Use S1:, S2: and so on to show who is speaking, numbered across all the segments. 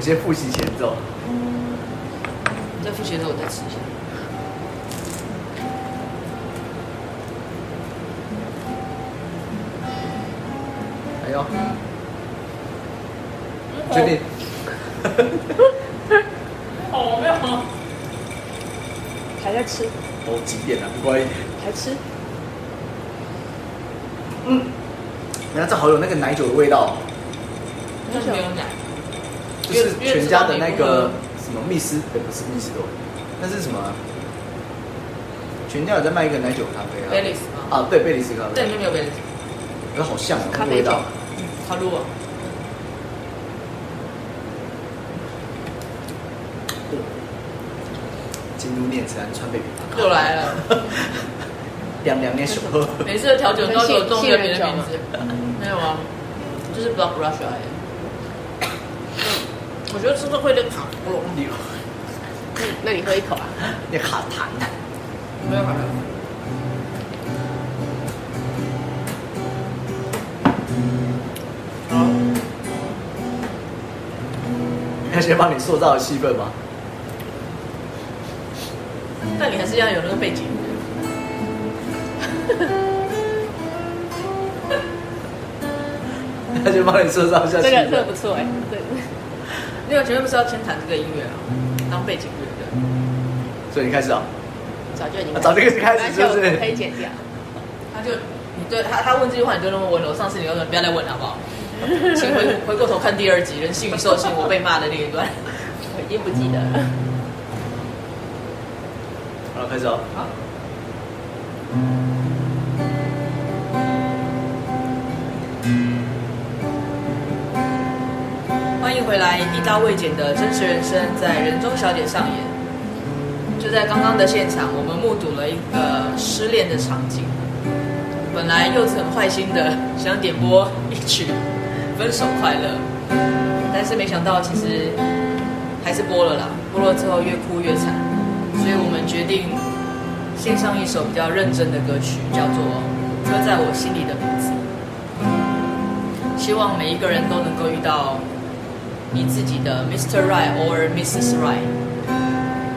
S1: 些复习前奏。
S2: 在复习的时候我再吃一下。
S1: 哎呦，决定
S2: 哦，没有，
S3: 还在吃，
S1: 哦几点了、啊？不关
S3: 还吃，
S1: 然后这好有那个奶酒的味道，
S2: 但是没有奶。
S1: 就是全家的那个什么蜜斯，呃不是蜜斯多，那是什么啊？全家有在卖一个奶酒咖啡啊？
S2: 贝利斯吗？
S1: 啊，对，贝里斯咖
S2: 但
S1: 啡
S2: 里，面没有贝利斯，
S1: 可好像啊，那
S3: 咖
S1: 个
S3: 啡
S1: 味道
S3: 酒。
S2: 好弱啊。
S1: 京都念慈庵川贝啊枇杷
S2: 又来了，
S1: 凉凉面手喝。
S2: 每次的调酒都是有中间别的名字。
S1: 嗯
S2: 没有啊，就是 Block Russia 而已。我觉得吃这会有点卡喉
S1: 你
S3: 那你喝一口啊。
S1: 你卡痰，
S2: 没有办法。好，
S1: 要先帮你塑造气氛吗？
S2: 但你还是要有那个背景。
S1: 要先帮你塑造一下气
S3: 这个这个
S1: 氛。
S3: 不错哎、对，
S2: 你有前面不是要先弹这个音乐啊，当背景乐对
S1: 所以你开始啊，
S3: 早就已经
S1: 啊早就开始是不是
S3: 而且我可以剪掉。
S2: 他就你对他他问这句话，你就那么温柔。上次你又说不要再问了好不好？请回回过头看第二集《人性与兽性》，我被骂的那一段。
S3: 我已经不记得了。
S1: 嗯好了，开始啊。
S2: 好，欢迎回来，一刀未剪的真实人生在人中小姐上演。就在刚刚的现场，我们目睹了一个失恋的场景。本来又曾坏心的想点播一曲《分手快乐》，但是没想到其实还是播了啦。播了之后越哭越惨，所以我们决定献上一首比较认真的歌曲，叫做《刻在我心里的名字》。希望每一个人都能够遇到你自己的 Mr. Right or Mrs. Right。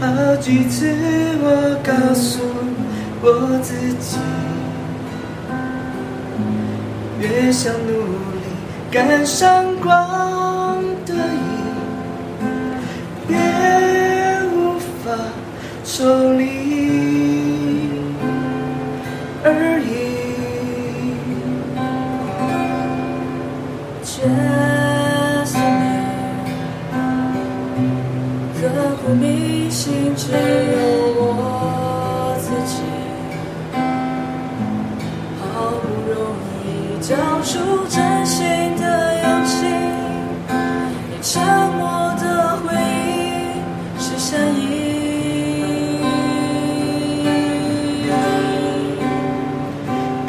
S4: 好几次我告诉我自己，越想努力赶上光的影，越无法抽离而已。
S2: 刻骨铭心，只有我自己。好不容易交出真心的勇气，你沉默的回应是善意。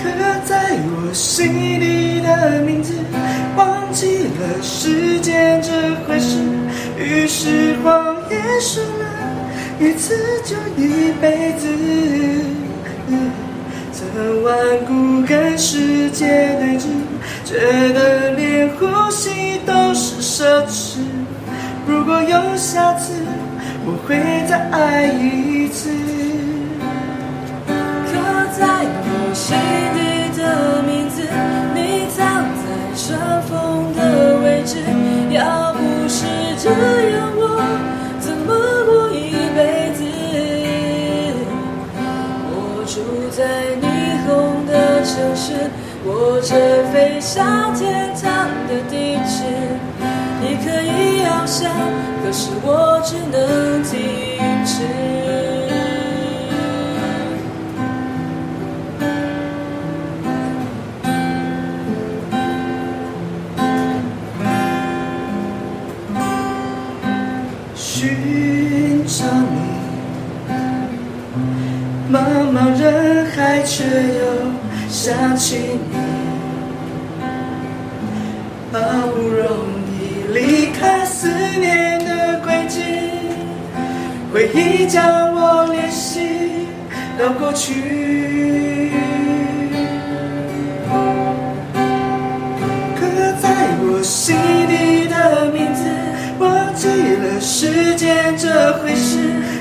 S4: 刻在我心里的名字，忘记了时间这回事，于是谎言说了一次就一辈子，曾顽固跟世界对峙，觉得连呼吸都是奢侈。如果有下次，我会再爱一次。
S2: 刻在我心底的名字，你藏在尘封的位置。要不是这样，我怎么过一辈子？我住在霓虹的城市，我这飞向天堂的地址。你可以翱翔，可是我只能停止。
S4: 刻寻找你，茫茫人海却又想起你，好不容易离开思念的轨迹，回忆将我联系到过去。刻在我心底的名字，忘记了时间这回事，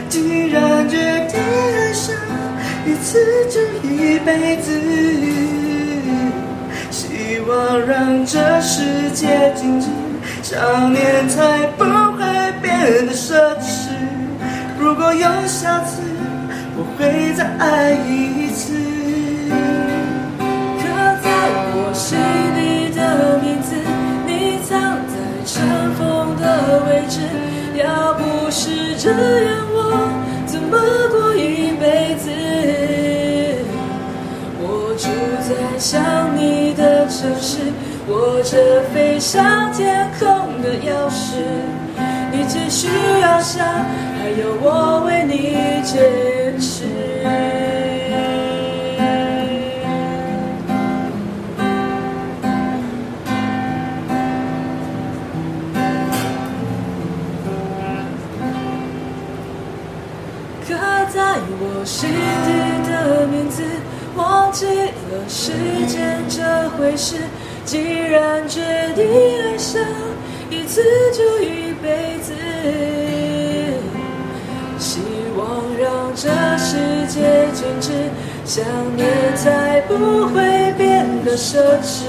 S4: 竟然决定爱上一次就一辈子。希望让这世界静止，想念才不会变得奢侈。如果有下次，我会再爱一次。
S5: 刻在我心底的名字，你藏在尘封的位置。要不是这样，我怎么过一辈子？我住在想你的城市，握着飞上天空的钥匙。你只需要想，还有我为你坚持。刻在我心底的名字，忘记了时间这回事。既然决定爱上一次，就一辈子。希望让这世界静止，想念才不会变得奢侈。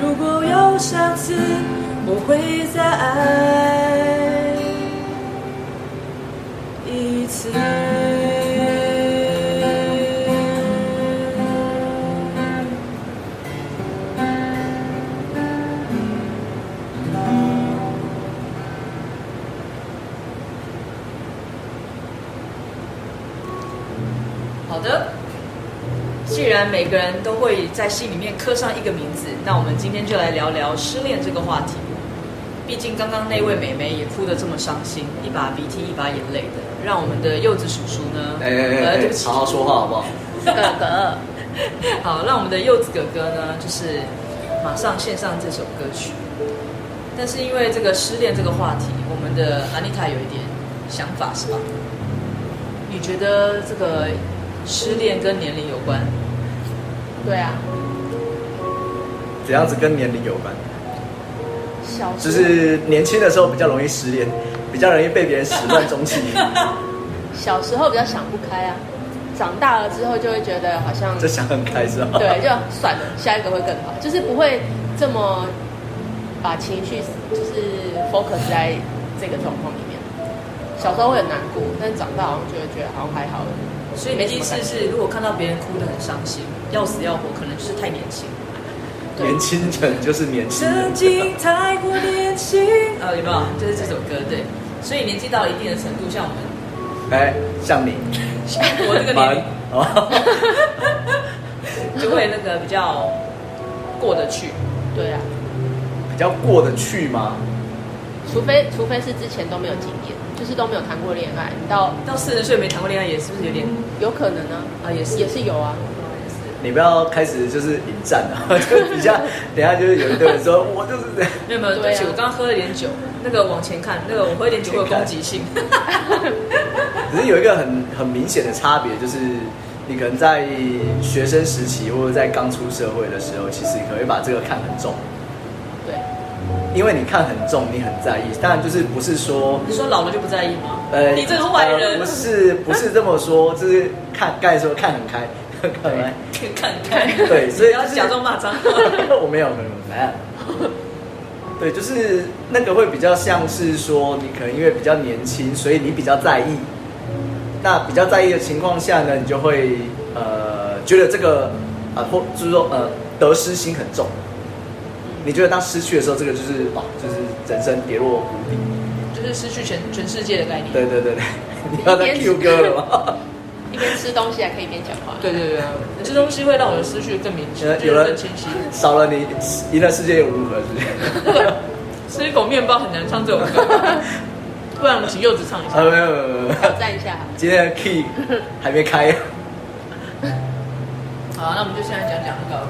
S5: 如果有下次，我会再爱一次。
S2: 好的，既然每个人都会在心里面刻上一个名字，那我们今天就来聊聊失恋这个话题。毕竟刚刚那位美眉也哭得这么伤心，一把鼻涕一把眼泪的，让我们的柚子叔叔呢，
S1: 哎哎
S2: 呃，
S1: 哎
S2: 对
S1: 哎
S2: 不，起，
S1: 好好说话好不好？
S3: 哥哥，
S2: 好，让我们的柚子哥哥呢，就是马上献上这首歌曲。但是因为这个失恋这个话题，我们的安妮塔有一点想法是吧？你觉得这个失恋跟年龄有关？
S3: 对啊，
S1: 怎样子跟年龄有关？
S3: 小时
S1: 就
S3: 候
S1: 是年轻的时候比较容易失恋，比较容易被别人始 乱终弃。
S3: 小时候比较想不开啊，长大了之后就会觉得好像
S1: 这想很开是哦吧？
S3: 对，就算了，下一个会更好，就是不会这么把情绪就是 focus 在这个状况里面。小时候会很难过，但是长大好像就会觉得好像还好了。
S2: 所以你第一次是如果看到别人哭得很伤心，要死要活，可能就是太年轻。
S3: 对
S1: 年轻人就是年轻
S5: 曾
S1: 人。
S5: 经太过年轻，
S2: 啊，有没有？就是这首歌对。所以年纪到了一定的程度，像我们，
S1: 哎，像你，
S2: 像 我这个年龄
S1: 蛮，哦，
S2: 就会那个比较过得去。
S3: 对啊，
S1: 比较过得去吗？
S3: 除非除非是之前都没有经验，就是都没有谈过恋爱，你到
S2: 到四十岁没谈过恋爱，也是不是有点
S3: 有可能呢、
S2: 啊？也是
S3: 也是有啊。
S1: 你不要开始就是引战啊， 就比较，等一下就是有一堆人说，我就是这样。
S2: 没有没有，对不啊起，我刚刚喝了点酒。那个往前看，那个我喝一点酒会有攻击 性。
S1: 只是有一个很很明显的差别，就是你可能在学生时期或者在刚出社会的时候，其实可能会把这个看很重，
S3: 对，
S1: 因为你看很重，你很在意。当然就是不是说，
S2: 你说老了就不在意吗？
S1: 呃，
S2: 嗯你这个坏
S1: 呃
S2: 人
S1: 不，是不是这么说，就是看刚才说看很开， 看很开。
S2: 看看，
S1: 对所以
S2: 不要
S1: 就是
S2: 假装骂脏话。
S1: 我没有，没有，没有。对，就是那个会比较像是说，你可能因为比较年轻，所以你比较在意。那比较在意的情况下呢，你就会呃觉得这个啊、或就是说呃得失心很重。你觉得当失去的时候，这个就是哇，就是人生跌落谷底。
S2: 就是失去全全世界的概念。
S1: 对对对对， 你要再
S3: 一边
S1: Q 哥了吗？
S3: 一边吃东西还可以一边讲话。
S2: 对对对对，这东西会让我的思绪更明确，
S1: 呃
S2: 就
S1: 有
S2: 是
S1: 了
S2: 更清晰。
S1: 少了你， 赢了世界又如何？是不是？
S2: 吃一口面包很难唱这首歌。不然我们请柚子唱一下
S1: 啊，。没有没有没有没有，
S3: 挑战一下。
S1: 今天的 key 还没开。
S2: 好，那我们就现在讲讲那个，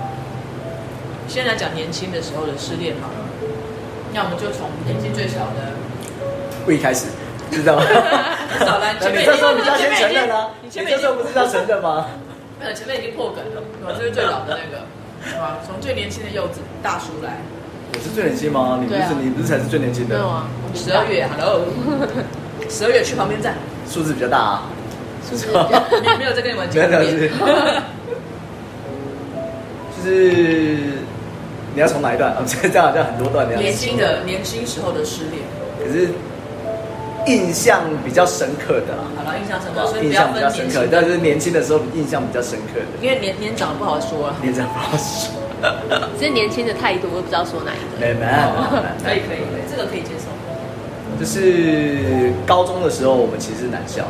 S2: 先来讲年轻的时候的失恋好了。那我们就从年纪最小的，
S1: 不一开始，知 道吗？
S2: 少来
S1: 那
S2: 前面已
S1: 你这
S2: 经
S1: 时候你就要先承认啊！
S2: 你
S1: 你
S2: 前面已经
S1: 这时候不是要承认吗？
S2: 没有前面已经破梗了，我就是最老的那个，好吧？从最年轻的柚子大叔来，
S1: 我是最年轻吗？你不
S3: 对啊
S1: 是你不是才是最年轻
S3: 没有
S1: 的，
S3: 啊，我
S2: 十二月，Hello，十二月去旁边站，
S1: 数字比较大啊。
S3: 是
S1: 是吧
S2: 没有没有在跟你们
S1: 没
S2: 见
S1: 有没有，
S2: 面
S1: 是，就是你要从哪一段？啊，这样好像很多段的样
S2: 年
S1: 子。
S2: 轻的年轻时候的失恋，
S1: 可是印象比较深刻的啦，
S2: 好了，印象深刻，所以
S1: 印
S2: 不要
S1: 象比
S2: 分
S1: 较
S2: 年
S1: 深
S2: 轻
S1: 刻，
S2: 的，
S1: 但是年轻的时候印象比较深刻的，
S2: 因为年年长不好说啊。
S1: 你这样不 好说。
S3: 只是年轻的态度，我也不知道说哪一个。
S1: 没没没没
S2: 可以可以，可以这个可以接受。
S1: 就是高中的时候，我们其实是男校，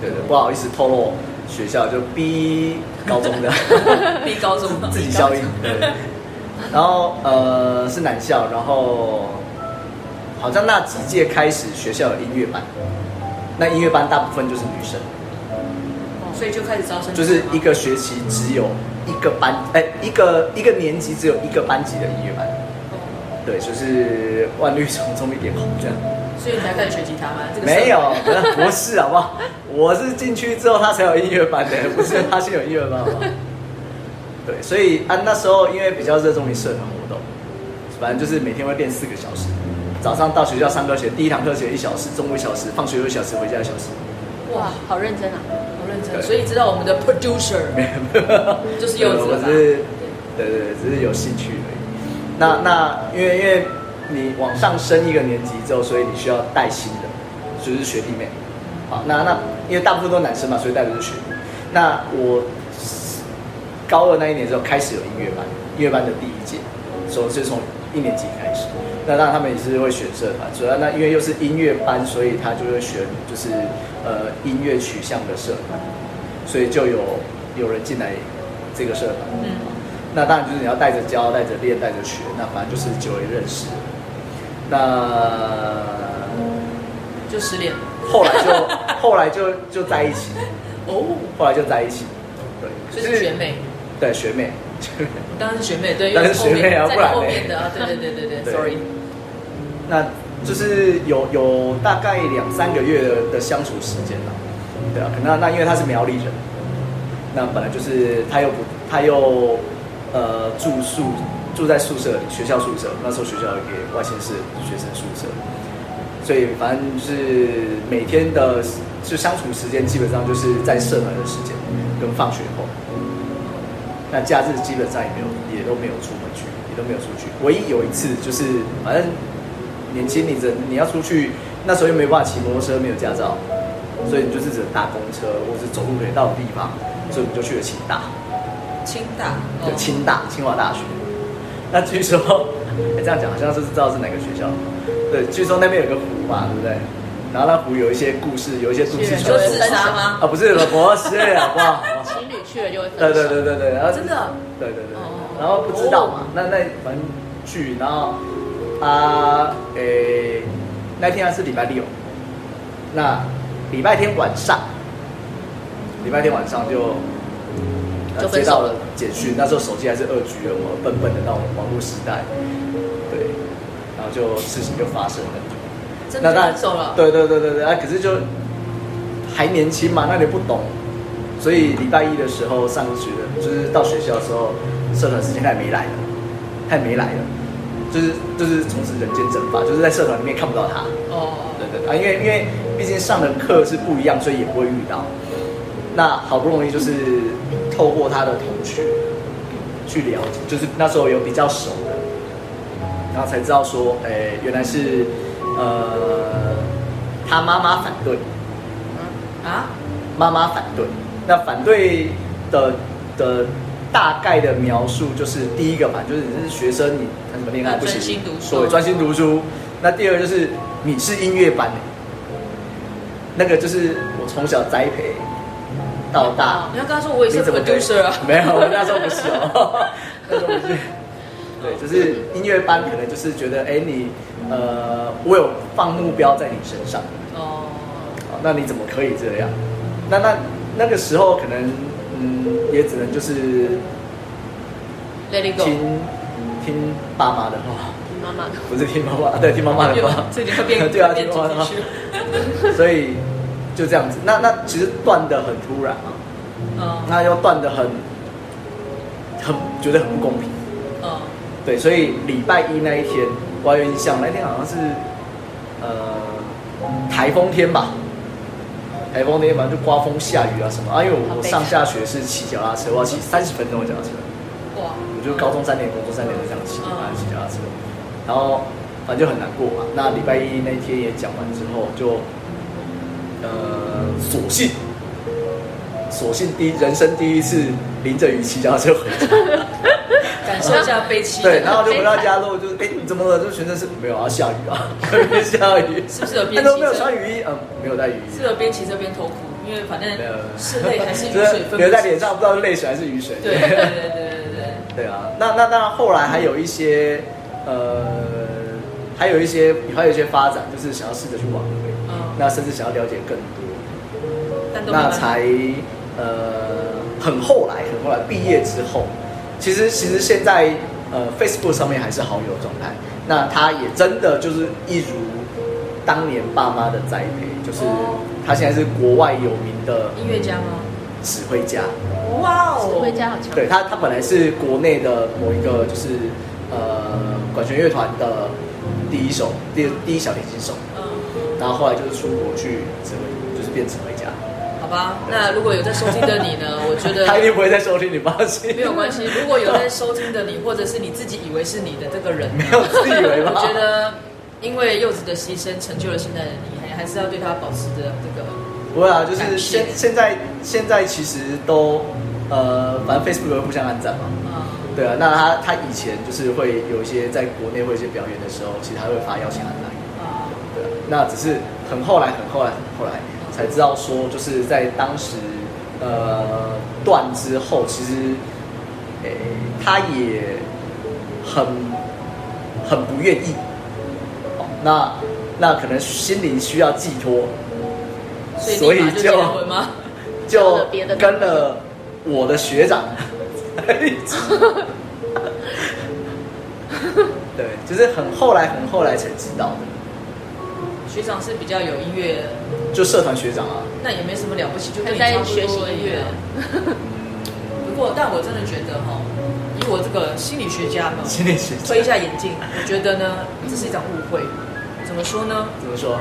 S1: 对对，不好意思透露学校，就逼高中的
S2: 比高中
S1: 自己效应。对，然后呃是男校，然后好像那几届开始学校有音乐班，那音乐班大部分就是女生，
S2: 所以就开始招生，
S1: 就是一个学期只有一个班，哎、一个一个年级只有一个班级的音乐班，对，就是万绿丛中一点红这样。
S2: 所以你才开始学吉他吗？这个社会
S1: 没有，不是好 不好？我是进去之后他才有音乐班的， 不是他先有音乐班好不好？对，所以啊那时候因为比较热衷于社团活动，反正就是每天会练四个小时，早上到学校上课学，第一堂课学一小时，中午一小时，放学又一小时，回家一小时。
S3: 哇，好认真啊！
S2: 好认真，
S1: 对
S2: 所以知道我们的 producer 就是柚子
S1: 我
S2: 了吧？
S1: 是对对对，只是有兴趣而已。那那因为因为你往上升一个年级之后，所以你需要带新的，就是学弟妹。好，那那因为大部分都男生嘛，所以带的是学弟。那我高二那一年之后开始有音乐班，音乐班的第一届，所以是从一年级开始。那当然他们也是会选社团，主要那因为又是音乐班，所以他就会选就是呃音乐取向的社团，所以就有有人进来这个社团。
S2: 嗯，
S1: 那当然就是你要带着教、带着练、带着学，那反正就是久而认识。那
S2: 就失恋了
S1: 后来就 后来就就在一起，
S2: 哦，
S1: 后来就在一起，对，
S2: 所以是学，妹，
S1: 对学妹，学妹。
S2: 当然是学妹，对，因
S1: 当
S2: 为
S1: 然是学妹啊
S2: 后面在
S1: 不然嘞
S2: 后面的啊，对对对对对
S1: 对
S2: ，sorry，
S1: 那就是有有大概两三个月的的相处时间了，对啊，可那那因为他是苗栗人，那本来就是他又不他又呃住宿住在宿舍里，学校宿舍，那时候学校有给外县市学生宿舍，所以反正就是每天的就相处时间基本上就是在社团的时间跟放学后，那假日基本上也没有也都没有出门去，也都没有出去，唯一有一次就是反正。年轻你人你要出去，那时候又没办法骑摩托车，没有驾照，所以你就是只能搭公车或者是走路可以到的地方，所以我们就去了清大，
S2: 清大，哦
S1: 对，清大清华大学。那据说，哎、这样讲好像是知道是哪个学校，对，据说那边有个湖嘛，对不对？然后那湖有一些故事，有一些都市
S3: 是
S2: 你
S1: 传
S2: 说
S3: 就
S2: 自
S1: 说
S2: 杀吗？
S1: 啊，不是，不是，好不好？
S3: 情侣去了就会分
S1: 对
S3: 手。
S1: 对对对对，然后
S2: 真的，
S1: 对对对
S2: 哦，
S1: 然后不知道嘛，那那反正去，然后啊，诶、那天啊是礼拜六，那礼拜天晚上，礼拜天晚上就。呃
S3: 就分
S1: 接
S3: 手
S1: 到
S3: 了
S1: 了简讯，那时候手机还是二 G 的，我笨笨的那种网络时代，对，然后就事情就发生了。
S2: 真
S1: 那
S2: 的
S1: 当然
S2: 分手了，
S1: 对对对对对，啊，可是就还年轻嘛，那你不懂，所以礼拜一的时候上学的，就是到学校的时候，社团时间他也没来了，他也没来了，就是就是从此人间蒸发，就是在社团里面看不到他。
S2: 哦，
S1: 对对对啊，因为因为毕竟上的课是不一样，所以也不会遇到。那好不容易就是透过他的同学去了解，就是那时候有比较熟的，然后才知道说，哎，原来是呃他妈妈反对，
S2: 啊，
S1: 妈妈反对。那反对的的大概的描述就是第一个嘛，就是你是学生，你谈什么恋爱
S2: 要
S1: 不行，
S2: 专心读书
S1: 对，专心读书。那第二个就是你是音乐班的，那个就是我从小栽培到大，
S2: 你要跟他说我也
S1: 你
S2: 是
S1: 怎么可以
S2: producer 啊，
S1: 没有，我那时候不是哦，那时候不是。对，就是音乐班可能就是觉得，哎、你呃，我有放目标在你身上，
S2: 哦，
S1: 好那你怎么可以这样？那那那个时候可能，嗯，也只能就是
S3: ，Let it go，
S1: 听嗯听爸妈的话，
S3: 妈妈的
S1: 不是听妈妈， 对，听妈 妈的话，
S2: 这里会变
S1: 对啊，
S2: 变
S1: 听
S2: 主
S1: 妈妈的
S2: 题
S1: 话
S2: 曲，，
S1: 所以就这样子。那那其实断的很突然啊，
S2: 嗯
S1: 那又断的很很觉得很不公平。
S2: 嗯，
S1: 对，所以礼拜一那一天，我还有印象，那天好像是呃台风天吧，台风天反正就刮风下雨啊什么啊，因为我
S3: 好
S1: 我
S3: 悲
S1: 上
S3: 惨
S1: 下学是骑脚踏车，我要骑三十分钟的脚踏车，
S2: 哇，
S1: 我就高中三年，工作三年就这样骑，
S2: 嗯
S1: 反正骑脚踏车，然后反正就很难过嘛。那礼拜一那天也讲完之后，就呃索性。索性第一人生第一次淋着雨骑脚踏车回 家，
S2: 感受一下悲戚的
S1: 啊对，然后就回到家之后，就是哎、你怎么了？就全身是没有啊，下雨啊， 特别下雨。
S2: 是不是有
S1: 他
S2: 边
S1: 都
S2: 骑
S1: 没有
S2: 车？
S1: 穿雨衣，嗯，没有带雨
S2: 是不是，
S1: 衣
S2: 有边骑车边偷哭？因为反正
S1: 没有
S2: 是泪 还是雨
S1: 就
S2: 水
S1: 是
S2: 分
S1: 留
S2: 不
S1: 在
S2: 清
S1: 脸上，不知道是泪水还是雨水。
S2: 对对对对对对，
S1: 对啊，那那那后来还有一些呃，还有一些还有一些发展，就是想要试着去挽回，
S2: 嗯
S1: 那甚至想要了解更多，
S2: 但都没
S1: 那
S2: 办法
S1: 才呃很后来很后来毕业之后，其实其实现在呃 Facebook 上面还是好友状态，那他也真的就是一如当年爸妈的栽培，就是
S2: 哦
S1: 他现在是国外有名的
S2: 音乐家吗？
S1: 指挥家。
S2: 哇哦
S3: 指挥家好强，
S1: 对他，他本来是国内的某一个就是呃管弦乐团的第一手，第第一小提琴手，
S2: 嗯，
S1: 然后后来就是出国去指挥，就是变指挥家。
S2: 好吧，那如果有在收听的你呢，我觉得
S1: 他一定不会再收听你发现，
S2: 没有关系。如果有在收听的你，或者是你自己以为是你的这个人，
S1: 没有自以为
S2: 我
S1: 吧？
S2: 觉得因为柚子的牺牲成就了现在的你，还还是要对他保持着这个
S1: 不会啊，就
S2: 感
S1: 是
S2: 谢
S1: 现现在现在其实都呃，反正 Facebook 会互相按赞嘛。
S2: 嗯
S1: 对啊，那他他以前就是会有一些在国内会有一些表演的时候，其实他会发邀请函来。
S2: 啊
S1: 对啊，那只是很后来、很后来、很后来才知道说，就是在当时呃断之后，其实诶、他也很很不愿意。哦，那那可能心灵需要寄托，
S2: 所
S1: 所
S2: 以
S1: 以
S2: 立马就结
S1: 就
S2: 婚吗？
S1: 就
S3: 找了别的
S1: 跟了我的学长在一 起。对，就是很后来、很后来才知道的，
S2: 学长是比较有音乐，
S1: 就社团学长啊。
S2: 那也没什么了不起，就跟
S3: 还
S2: 你
S3: 在
S2: 差不多
S3: 学习音
S2: 音
S3: 乐
S2: 乐。不过，但我真的觉得哈，以我这个心理学家们，
S1: 心理学家
S2: 推一下眼镜，我觉得呢，这是一场误会。怎么说呢？
S1: 怎么说？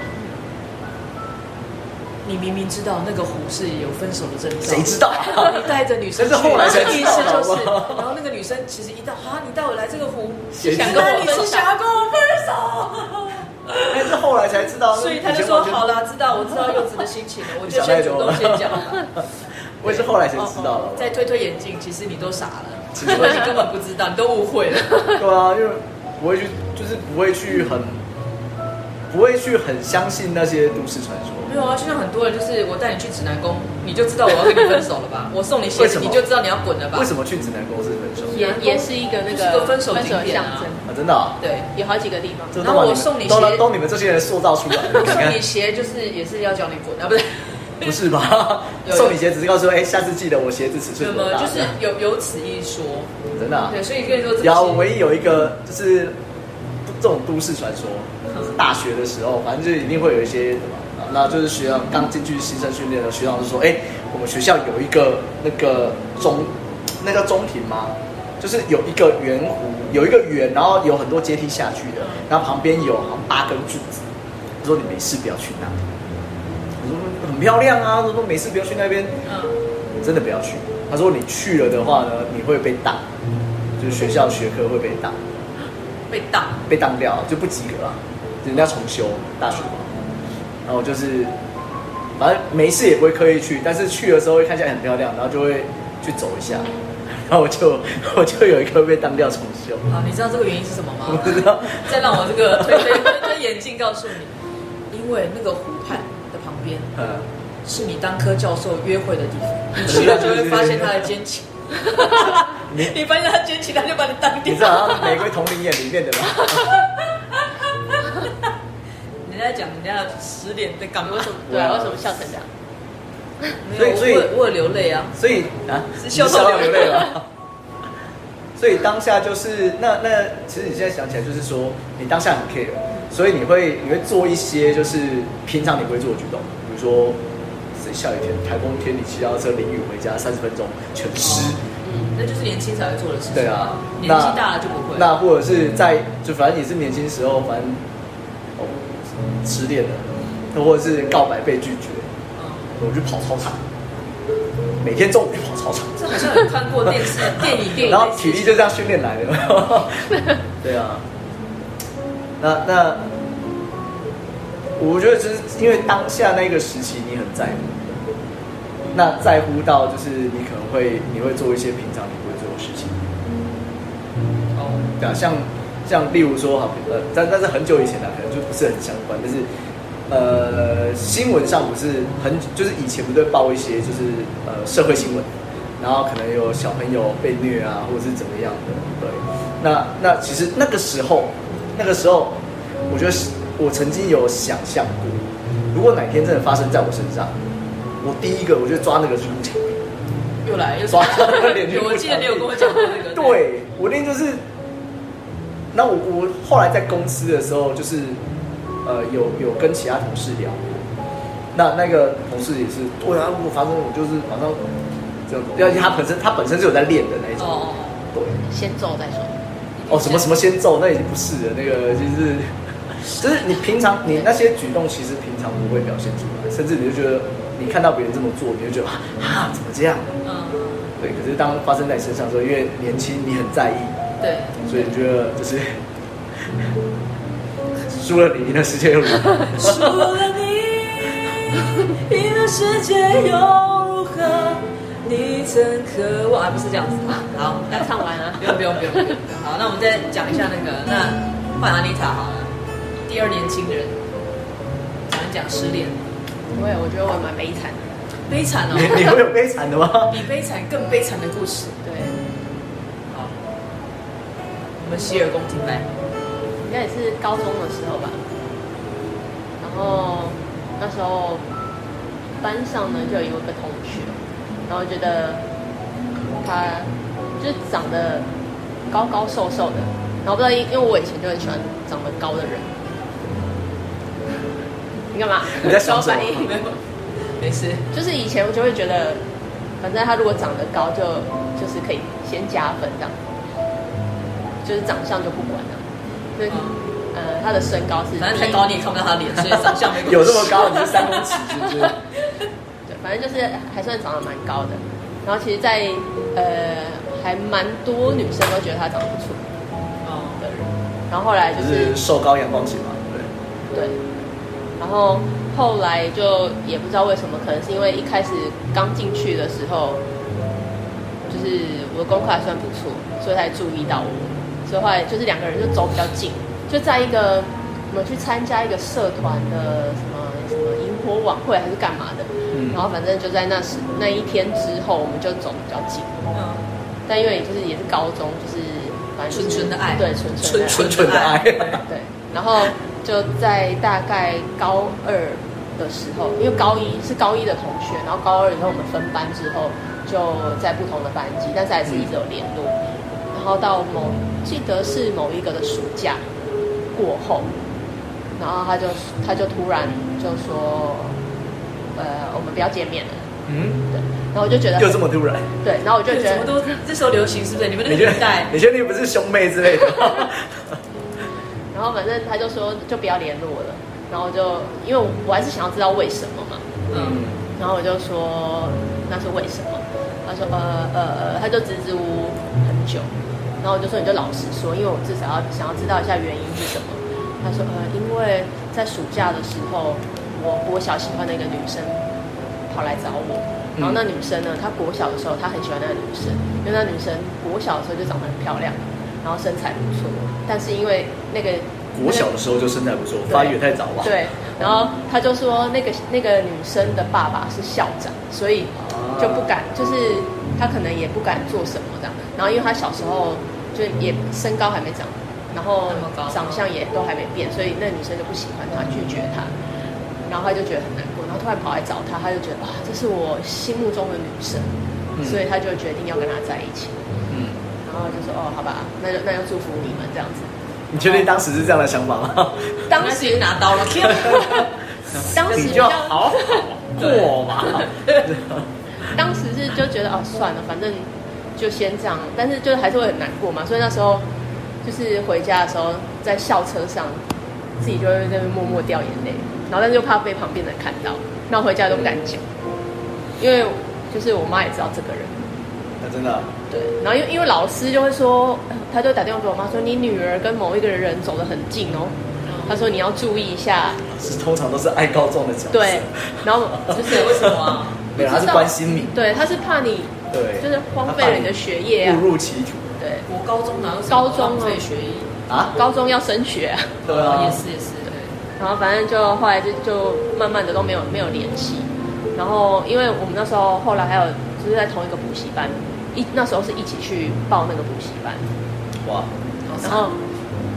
S2: 你明明知道那个湖是有分手的征兆，哦
S1: 谁知道啊
S2: 你带着女生去，
S1: 但是后来才知
S2: 意
S1: 道
S2: 思
S1: 的
S2: 就是，
S1: 好不好
S2: 然后那个女生其实一到啊，你带我来这个湖，
S1: 谁知道
S2: 想跟我你是想要跟我分
S1: 但是后来才知道，
S2: 手，所以他就说好，啦，知道我知道柚子的心情了，我
S1: 你
S2: 就
S1: 想太
S2: 先
S1: 多
S2: 主
S1: 了
S2: 动先讲了。
S1: 我也是后来才知
S2: 哦
S1: 道了
S2: 哦。再推推眼镜，其实你都傻了，其
S1: 其实
S2: 实
S1: 我
S2: 你根本不知道，你都误会了。
S1: 对啊，因为不会去，就是不会去很，不会去很相信那些都市传说。
S2: 没有啊，就像很多人就是我带你去指南宫，你就知道我要跟你分手了吧？ 我送你鞋
S1: 为什
S2: 子，
S1: 么
S2: 你就知道你要滚了吧？
S1: 为什？么去指南公司分手？
S3: 也也是一个那
S2: 就是
S3: 个
S2: 个分手
S3: 分
S2: 景
S3: 手的
S2: 点
S3: 象
S2: 啊
S3: 征，
S1: 啊，真的啊，
S2: 对，
S3: 有好几个地方。
S1: 这
S2: 然
S1: 都
S2: 后我
S1: 把你们
S2: 送你
S1: 都
S2: 鞋
S1: 都你们这些人塑造出来
S2: 我
S1: 的。你
S2: 送
S1: 看
S2: 你，鞋就是也是要叫你滚啊，不是？
S1: 不是吧？
S2: 有有
S1: 送你鞋只是告诉说，哎，下次记得我鞋子尺
S2: 那
S1: 寸多
S2: 么啊
S1: 大。
S2: 就是有有此一说，
S1: 真的啊。
S2: 对，所以跟你说这
S1: 然后
S2: 个
S1: 我唯一有一个就是这种都市传说，就是大学的时候，反正就一定会有一些什么，那就是学长刚进去新生训练的学长就说，哎，我们学校有一个那个中，那叫中庭吗？就是有一个圆弧，有一个圆，然后有很多阶梯下去的，然后旁边有好像八根柱子。他说你没事不要去那里，我说很漂亮啊，他说没事不要去那边，
S2: 嗯，
S1: 真的不要去。他说你去了的话呢，你会被当，就是学校学科会被当，
S2: 被当，
S1: 被当掉就不及格了，人家重修大学嘛。然后就是，反正没事也不会刻意去，但是去的时候会看起来很漂亮，然后就会去走一下。然后我就 我就有一个被当掉重修，
S2: 好，你知道这个原因是什么
S1: 我
S2: 吗？
S1: 不知道。
S2: 再让我这个推推推推眼镜告诉你，因为那个湖畔的旁边
S1: 嗯，
S2: 是你当科教授约会的地方，你去了就会发现他的奸情。
S1: 你
S2: 你发现他捡起来就把你当掉
S1: 你。知道好像玫瑰同林演里面的吧？
S2: 人家讲人家十点在干嘛
S3: 为？什么？对啊，为什么笑成这样？
S1: 所以所以
S2: 我有我有流泪啊。
S1: 所以啊，
S2: 是
S1: 你
S2: 笑
S1: 笑
S2: 到
S1: 到
S2: 流
S1: 流
S2: 泪
S1: 泪
S2: 了
S1: 了。 所以当下就是那那，其实你现在想起来就是说，你当下很 care，所以你会你会做一些就是平常你不会做的举动，比如说谁下雨天台风天你骑脚踏车淋雨回家三十分钟全湿，
S3: 嗯，
S2: 那就是年轻才会做的事情。
S1: 对啊，
S2: 年纪大了就不会。
S1: 那或者是在就反正你是年轻时候，反正哦失恋了，那或者是告白被拒绝，
S2: 嗯，
S1: 我去跑操场，每天中午去跑操场。
S2: 这好像有看过电视、电影、电影。
S1: 然后体力就这样训练来的。 对啊，那那我觉得就是因为当下那个时期你很在乎，那在乎到就是你可能会你会做一些平常你不会做的事情。
S2: 哦，
S1: 对啊，像像例如说哈，呃，但但是很久以前啊，可能就不是很相关，但是呃，新闻上不是很，就是以前不对报一些就是呃社会新闻，然后可能有小朋友被虐啊，或者是怎么样的，对，那那其实那个时候，那个时候，我觉得是我曾经有想象过，如果哪天真的发生在我身上，我第一个我就抓那个去撸墙壁。
S2: 又来又
S1: 抓到 那个脸去
S2: 有我记得你有跟我讲过那个。
S1: 对，我那天就是，那我我后来在公司的时候，就是呃有有跟其他同事聊，那那个同事也是，对啊，如果发生我就是马上这样子，而且他本身他本身是有在练的那一
S2: 哦
S1: 种，
S2: 哦
S1: 对，
S3: 先揍再说。
S1: 哦什么什么先揍，那已经不是了，那个就是。就是你平常你那些举动，其实平常不会表现出来，甚至你就觉得你看到别人这么做，你就觉得啊啊怎么这样？
S2: 哦，
S1: 对，可是当发生在你身上的时候，因为年轻，你很在意，
S2: 嗯，对。
S1: 所以你觉得就是 输了你，赢了世界又如何？
S5: 除了你，赢了世界又如何？你曾渴
S2: 如果
S5: 望。
S2: 还不是这样子啊，好，那
S3: 要唱完啊
S2: 不用不用不用不用。不用好，那我们再讲一下那个，那换安妮塔好了，第二年轻人，讲一讲失恋，
S3: 我也我觉得我蛮悲惨的。
S2: 悲惨哦，
S1: 你 你会有悲惨的吗？
S2: 比悲惨更悲惨的故事。
S3: 对，
S2: 好，我们洗耳恭听来。
S3: 应该也是高中的时候吧。然后那时候班上呢就有一个同学，然后觉得他就是长得高高瘦瘦的，然后不知道因因为我以前就很喜欢长得高的人。你干嘛？
S1: 你在想什么
S3: 反应？
S2: 没有，没事。
S3: 就是以前我就会觉得，反正他如果长得高就，就是可以先加分这样，就是长相就不管了。所以，呃，他的身高是
S2: 嗯反正太
S3: 第一
S2: 高你也看不到他脸，所以长相没关系
S1: 有这么高，你是三公尺是不是？
S3: 对，反正就是还算长得蛮高的。然后其实在，呃还蛮多女生都觉得他长得不错
S2: 哦，
S3: 的人。然后后来就
S1: 就是是瘦高阳光型嘛，对
S3: 对，然后后来就也不知道为什么，可能是因为一开始刚进去的时候，就是我的功课还算不错，所以才注意到我，所以后来就是两个人就走比较近，就在一个我们去参加一个社团的什么什么萤火晚会还是干嘛的，
S1: 嗯
S3: 然后反正就在那时那一天之后，我们就走比较近，
S2: 嗯，
S3: 但因为就是也是高中，就是反正就是
S2: 纯纯的爱
S3: 对，纯纯的爱，
S1: 纯纯的爱，
S3: 对，然后就在大概高二的时候，因为高一是高一的同学，然后高二以后我们分班之后就在不同的班级，但是还是一直有联络。然后到某记得是某一个的暑假过后，然后他就他就突然就说，呃，我们不要见面了。
S1: 嗯，
S3: 对，然后我就觉得
S1: 又这么突然，
S3: 对，然后我就觉
S2: 什
S3: 得
S2: 么都这时候流行是不是？你们那个
S1: 你确
S2: 年代，
S1: 你确定不是兄妹之类 的？
S3: 然后反正他就说就不要联络了，然后我就因为我还是想要知道为什么嘛，
S2: 嗯
S1: 嗯，
S3: 然后我就说那是为什么？他说呃呃呃，他就支支吾吾很久，然后我就说你就老实说，因为我至少要想要知道一下原因是什么。他说呃，因为在暑假的时候，我国小喜欢的一个女生跑来找我，
S1: 嗯
S3: 然后那女生呢，她国小的时候她很喜欢那个女生，因为那女生国小的时候就长得很漂亮，然后身材不错，但是因为那个
S1: 国小的时候就身材不错，发育也太早吧？
S3: 对，然后他就说那个那个女生的爸爸是校长，所以就不敢，就是他可能也不敢做什么这样。然后因为他小时候就也身高还没长，然后
S2: 那么高
S3: 长相也都还没变，所以那女生就不喜欢他，拒绝他，然后他就觉得很难过，然后突然跑来找他，他就觉得啊，这是我心目中的女神，
S1: 嗯
S3: 所以他就决定要跟她在一起。
S1: 嗯，
S3: 然后就说哦，好吧，那就那就祝福你们这样子。
S1: 你确定当时是这样的想法吗？
S3: 当
S2: 那
S3: 时
S2: 是拿刀了，
S3: 当时
S1: 你
S3: 比
S1: 就
S3: 较，
S1: 好好过吧。
S3: 当时是就觉得哦，算了，反正就先这样，但是就是还是会很难过嘛。所以那时候就是回家的时候，在校车上，自己就会在那边默默掉眼泪，然后但是又怕被旁边的人看到，那回家都不敢讲，因为就是我妈也知道这个人。
S1: 那真的，
S3: 对，然后因为因为老师就会说，呃他就打电话给我妈说，你女儿跟某一个人走得很近哦，他说你要注意一下，
S1: 是通常都是爱告状的角色。
S3: 对，然后就
S2: 就是是为什么啊？
S1: 没有，他是关心你，
S3: 对，他是怕你
S1: 对，
S3: 就是荒废了你的学业 啊
S1: 误，入歧途
S3: 对，
S2: 我高中哪有什么
S3: 高中啊
S2: 浪费学业？
S1: 啊，
S3: 高中要升 学啊、
S1: 对啊，
S2: 也是也是，对，
S3: 然后反正就后来就就慢慢的都没有没有联系，然后因为我们那时候后来还有就是在同一个补习班，一那时候是一起去报那个补习班，
S1: 哇，
S3: 然后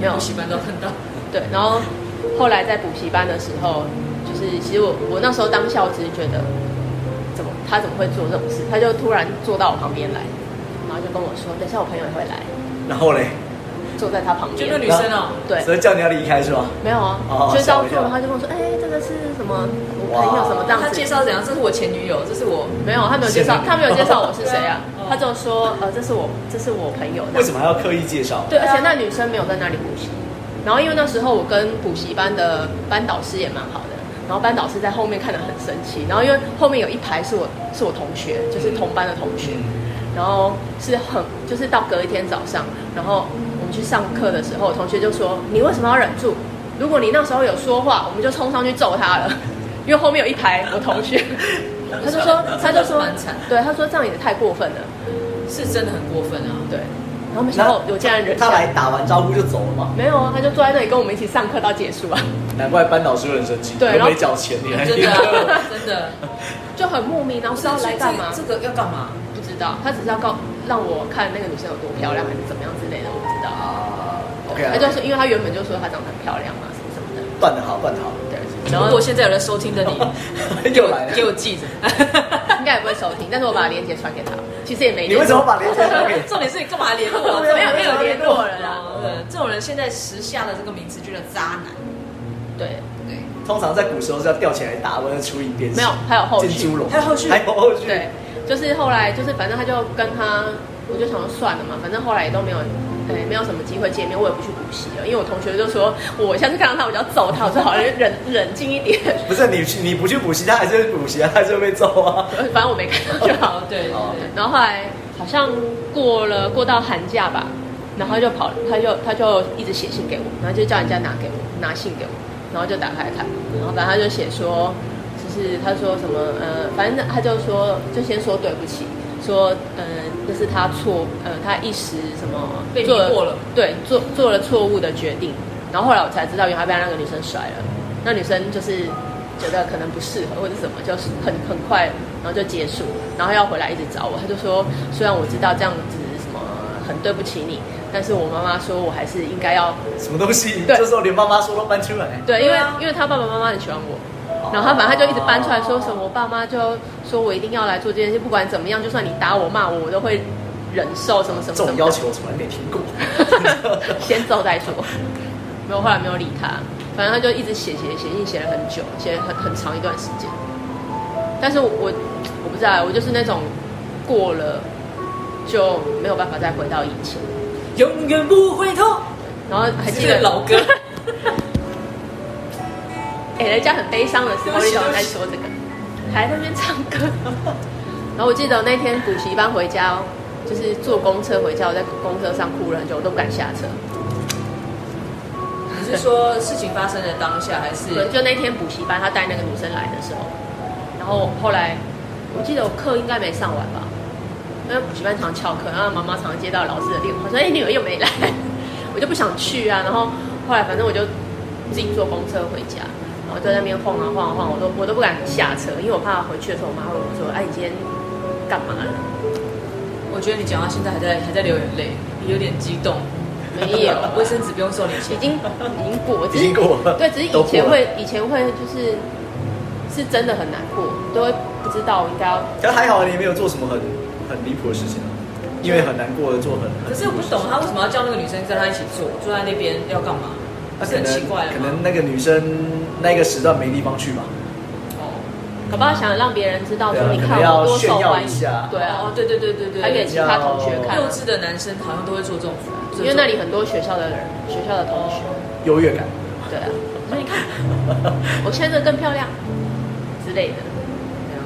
S3: 没有
S2: 补习班都碰到，
S3: 对，然后后来在补习班的时候，就是其实我我那时候当校只是觉得，怎么他怎么会做这种事？他就突然坐到我旁边来，然后就跟我说，等一下我朋友也会来，
S1: 然后嘞，
S3: 坐在他旁
S2: 就
S3: 边。
S2: 那女生哦，
S3: 对，
S1: 所以叫你要离开是吗？
S3: 没有啊，
S1: 哦
S3: 就是
S1: 吓
S3: 到
S1: 我一
S3: 座
S1: 跳
S3: 了，他就跟我说，哎、这个是什么？我朋友什么这样
S2: 他
S3: 子？
S2: 介绍怎样？这是我前女友，这是我
S3: 没有，他没有介
S1: 是
S3: 绍
S1: 吗，
S3: 他没有介绍我是谁啊
S2: 对啊哦，
S3: 他就说，呃，这是我，这是我朋友。
S1: 为什么还要刻意介绍？
S3: 对，
S2: 对
S3: 而
S2: 啊
S3: 且那女生没有在那里补习。然后因为那时候我跟补习班的班导师也蛮好的，然后班导师在后面看得很生气。然后因为后面有一排是我是我同学，就是同班的同学，然后是很就是到隔一天早上，然后我们去上课的时候，同学就说你为什么要忍住？如果你那时候有说话，我们就冲上去揍他了， 因为后面有一排我同学。 他就说，他就说
S2: 蛮惨，
S3: 对，他说这样也太过分了，
S2: 是真的很过分啊。
S3: 对。然后没想到我竟然忍下
S1: 他
S3: 来
S1: 来打完招呼就走了嘛，
S3: 没有啊，他就坐在那里跟我们一起上课到结束啊，
S1: 难怪班导师会很生气，
S3: 对
S1: 又
S3: 然后
S1: 没缴钱，你还
S2: 真的 啊真的，
S3: 就很莫名，然后不知道来干嘛，
S2: 这个要干嘛？
S3: 不知道，他只是要告让我看那个女生有多漂亮还是怎么样之类的，我不知道。
S1: 啊，OK 啊，
S3: 他就是因为他原本就说她长得很漂亮嘛，什么什么的，
S1: 断的好，断的好，
S3: 对，然
S2: 如果
S3: 后
S2: 现在有人收听的 你，
S1: 又来了
S2: 给。我记着。
S3: 应该也不会收听，但是我把链接传给他，其实也没
S1: 你
S3: 联
S1: 为
S3: 络。
S1: 什么把连接传 给？
S2: 重点是你干嘛 联络我？
S3: 没有没有联络了啦
S2: 哦
S1: 啊
S2: 对这种人现在时下的这个名词就叫渣男。
S3: 对，
S2: 对，
S1: 通常在古时候是要吊起来打，或者出一遍。
S3: 没有，还有后
S1: 进
S3: 续
S1: 猪。笼，
S2: 还有后续
S1: 还有后续。
S3: 对，就是后来就是反正他就跟他，我就想说算了嘛，反正后来也都没有，哎，没有什么机会见面，我也不去补习了，因为我同学就说我下次看到他我就要揍他，我说好忍忍忍静一点，
S1: 不是你去，你不去补习，他还是会补习，他还是会被揍啊。
S3: 反正我没看到就好了。
S2: 对对
S1: 哦
S2: 对，
S3: 然后后来好像过了过到寒假吧，然后他就跑，他就他就一直写信给我，然后就叫人家拿给我拿信给我，然后就打开看，然后反正他就写说，就是他说什么呃，反正他就说就先说对不起，说呃这是他错呃他一时什么
S2: 被
S3: 做
S2: 迷惑了
S3: 对做做了错误的决定，然后后来我才知道原来被那个女生甩了，那女生就是。觉得可能不适合或者什么，就是很很快，然后就结束，然后要回来一直找我。他就说，虽然我知道这样子什么很对不起你，但是我妈妈说我还是应该要
S1: 什么东西？
S3: 对
S1: 这时候连妈妈说都搬出来。
S3: 对，因
S2: 对
S3: 为
S2: 啊哦
S3: 因为他爸爸妈妈很喜欢我，然后他反正他就一直搬出来说什么，我爸妈就说我一定要来做这件事，不管怎么样，就算你打我骂我，我都会忍受什么什
S1: 这种
S3: 么什么的
S1: 要求我从来没听过。
S3: 先揍再说。没有，后来没有理他，反正他就一直写写写信，写了很久，写了很很长一段时间。但是我我我不知道，我就是那种过了就没有办法再回到以前，
S2: 永远不回头，
S3: 然后还记
S2: 这个
S3: 得
S2: 老歌。
S3: 哎、人家很悲伤的时候，
S2: 对不
S3: 你
S2: 起
S3: 怎么在说 这个？还在那边唱歌。然后我记得那天补习班回家哦，就是坐公车回家，我在公车上哭了很久，我都不敢下车。
S2: 你是说事情发生的当下，还是
S3: 对，就那天补习班他带那个女生来的时候，然后后来我记得我课应该没上完吧，因为补习班常翘课，然后妈妈常接到老师的电话说：“哎、你女儿又没来。”我就不想去啊。然后后来反正我就自己坐公车回家，然后在那边晃啊晃啊晃，我都我都不敢下车，因为我怕回去的时候我妈会问我说：“哎、你今天干嘛了？
S2: 我觉得你讲到现在还在还在流眼泪，有点激动。
S3: 没有，
S2: 卫生纸不用收你钱
S3: 已。经已经过，只
S1: 已
S3: 是
S1: 经过了
S3: 对，只是
S1: 都
S3: 以
S1: 过
S3: 前
S1: 了
S3: 会以前会就是是真的很难过，都会不知道应该要
S1: 可是还好你没有做什么很很离谱的事情啊，因为很难过的啊做很。很
S2: 可是我不懂他为什么要叫那个女生跟他一起坐，坐在那边要干嘛？不
S1: 那
S2: 是
S1: 可
S2: 很
S1: 能
S2: 奇怪了
S1: 可
S2: 吗？
S1: 能那个女生那个时段没地方去嘛，
S2: 哦
S3: 搞不好想让别人知道说
S1: 对啊
S3: 你
S1: 可
S3: 看
S1: 能要
S3: 我多受
S1: 炫耀
S3: 欢
S1: 一
S3: 迎
S1: 下，
S3: 对啊
S2: 哦，，对对对对对，
S3: 还给其他同学看
S2: 幼，稚的男生好像都会做这种事，
S3: 因为那里很多学校的人，啊学校的同学，
S1: 优越感。
S3: 对啊，所以你看我现在这更漂亮之类的，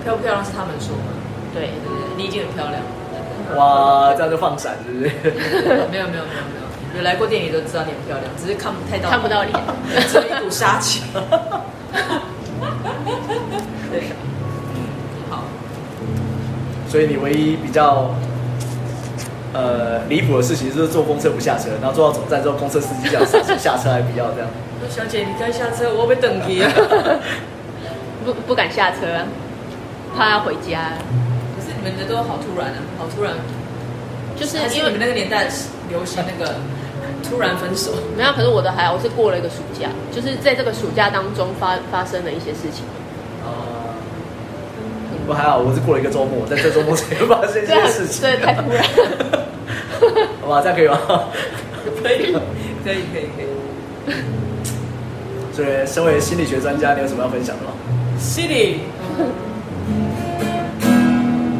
S2: 漂不漂亮是他们说嘛，
S3: 对，
S2: 对不对？你已经很漂亮了，
S1: 哇，这样就放闪是不是？
S2: 没有没有没有没有，有来过店里都知道你很漂亮，只是看不太到，
S3: 看不到脸，
S2: 只有一股杀气。 对，好，
S1: 所以你唯一比较呃离谱的事情就是坐公车不下车，然后坐到总站之后，公车司机叫下车下车还不要这样。
S2: 说小姐你该下车，我要被等你啊。
S3: 不不敢下车啊，怕要回家，
S2: 可是你们的都好突然啊，好突然，
S3: 就是
S2: 还是
S3: 因
S2: 你
S3: 为
S2: 们那个年代流行那个突然分手。
S3: 没有，可是我的还好，我是过了一个暑假，就是在这个暑假当中发发生了一些事情。
S2: 哦
S1: 我还好，我是过了一个周末，在这周末才发生这
S3: 对
S1: 件
S3: 啊
S1: 事情。
S3: 对太突然了。
S1: 好吧，这样可以吗？
S2: 可以，可以，可以，可以。
S1: 所以，身为心理学专家，你有什么要分享的吗？
S2: City，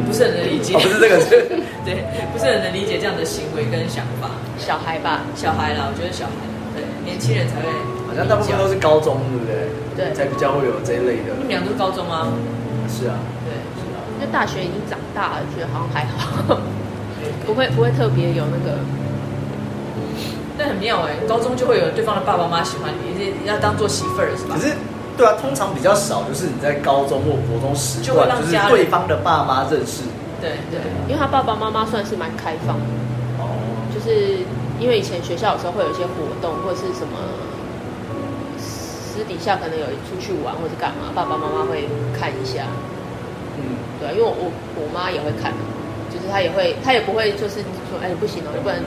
S2: 不是很能理解
S1: 哦，，不是这个， 是
S2: 对，不是很能理解这样的行为跟想法。
S3: 小孩吧，
S2: 小孩啦，我觉得小孩，对，年轻人才会。
S1: 好像大部分都是高中，对不对？
S3: 对
S1: 才比较会有这一类的
S2: 你。们俩都是高中吗？
S1: 是啊，
S2: 对，
S1: 是啊。
S3: 因为大学已经长大了，觉得好像还好，不会不会特别有那个。
S2: 但很妙哎、高中就会有对方的爸爸妈妈喜欢你，你要当做媳妇儿是吧
S1: 可？是，对啊，通常比较少，就是你在高中或国中时
S2: 就会
S1: 段，
S2: 让
S1: 就是
S2: 家人
S1: 对方的爸妈认识。
S2: 对对
S3: 对，因为他爸爸妈妈算是蛮开放的，
S1: 哦，
S3: 就是因为以前学校有时候会有一些活动或者是什么，私底下可能有出去玩或者干嘛，爸爸妈妈会看一下。
S1: 嗯，
S3: 对啊，因为我我我妈也会看，啊就是她也会，她也不会就是说，哎，不行哦，你不能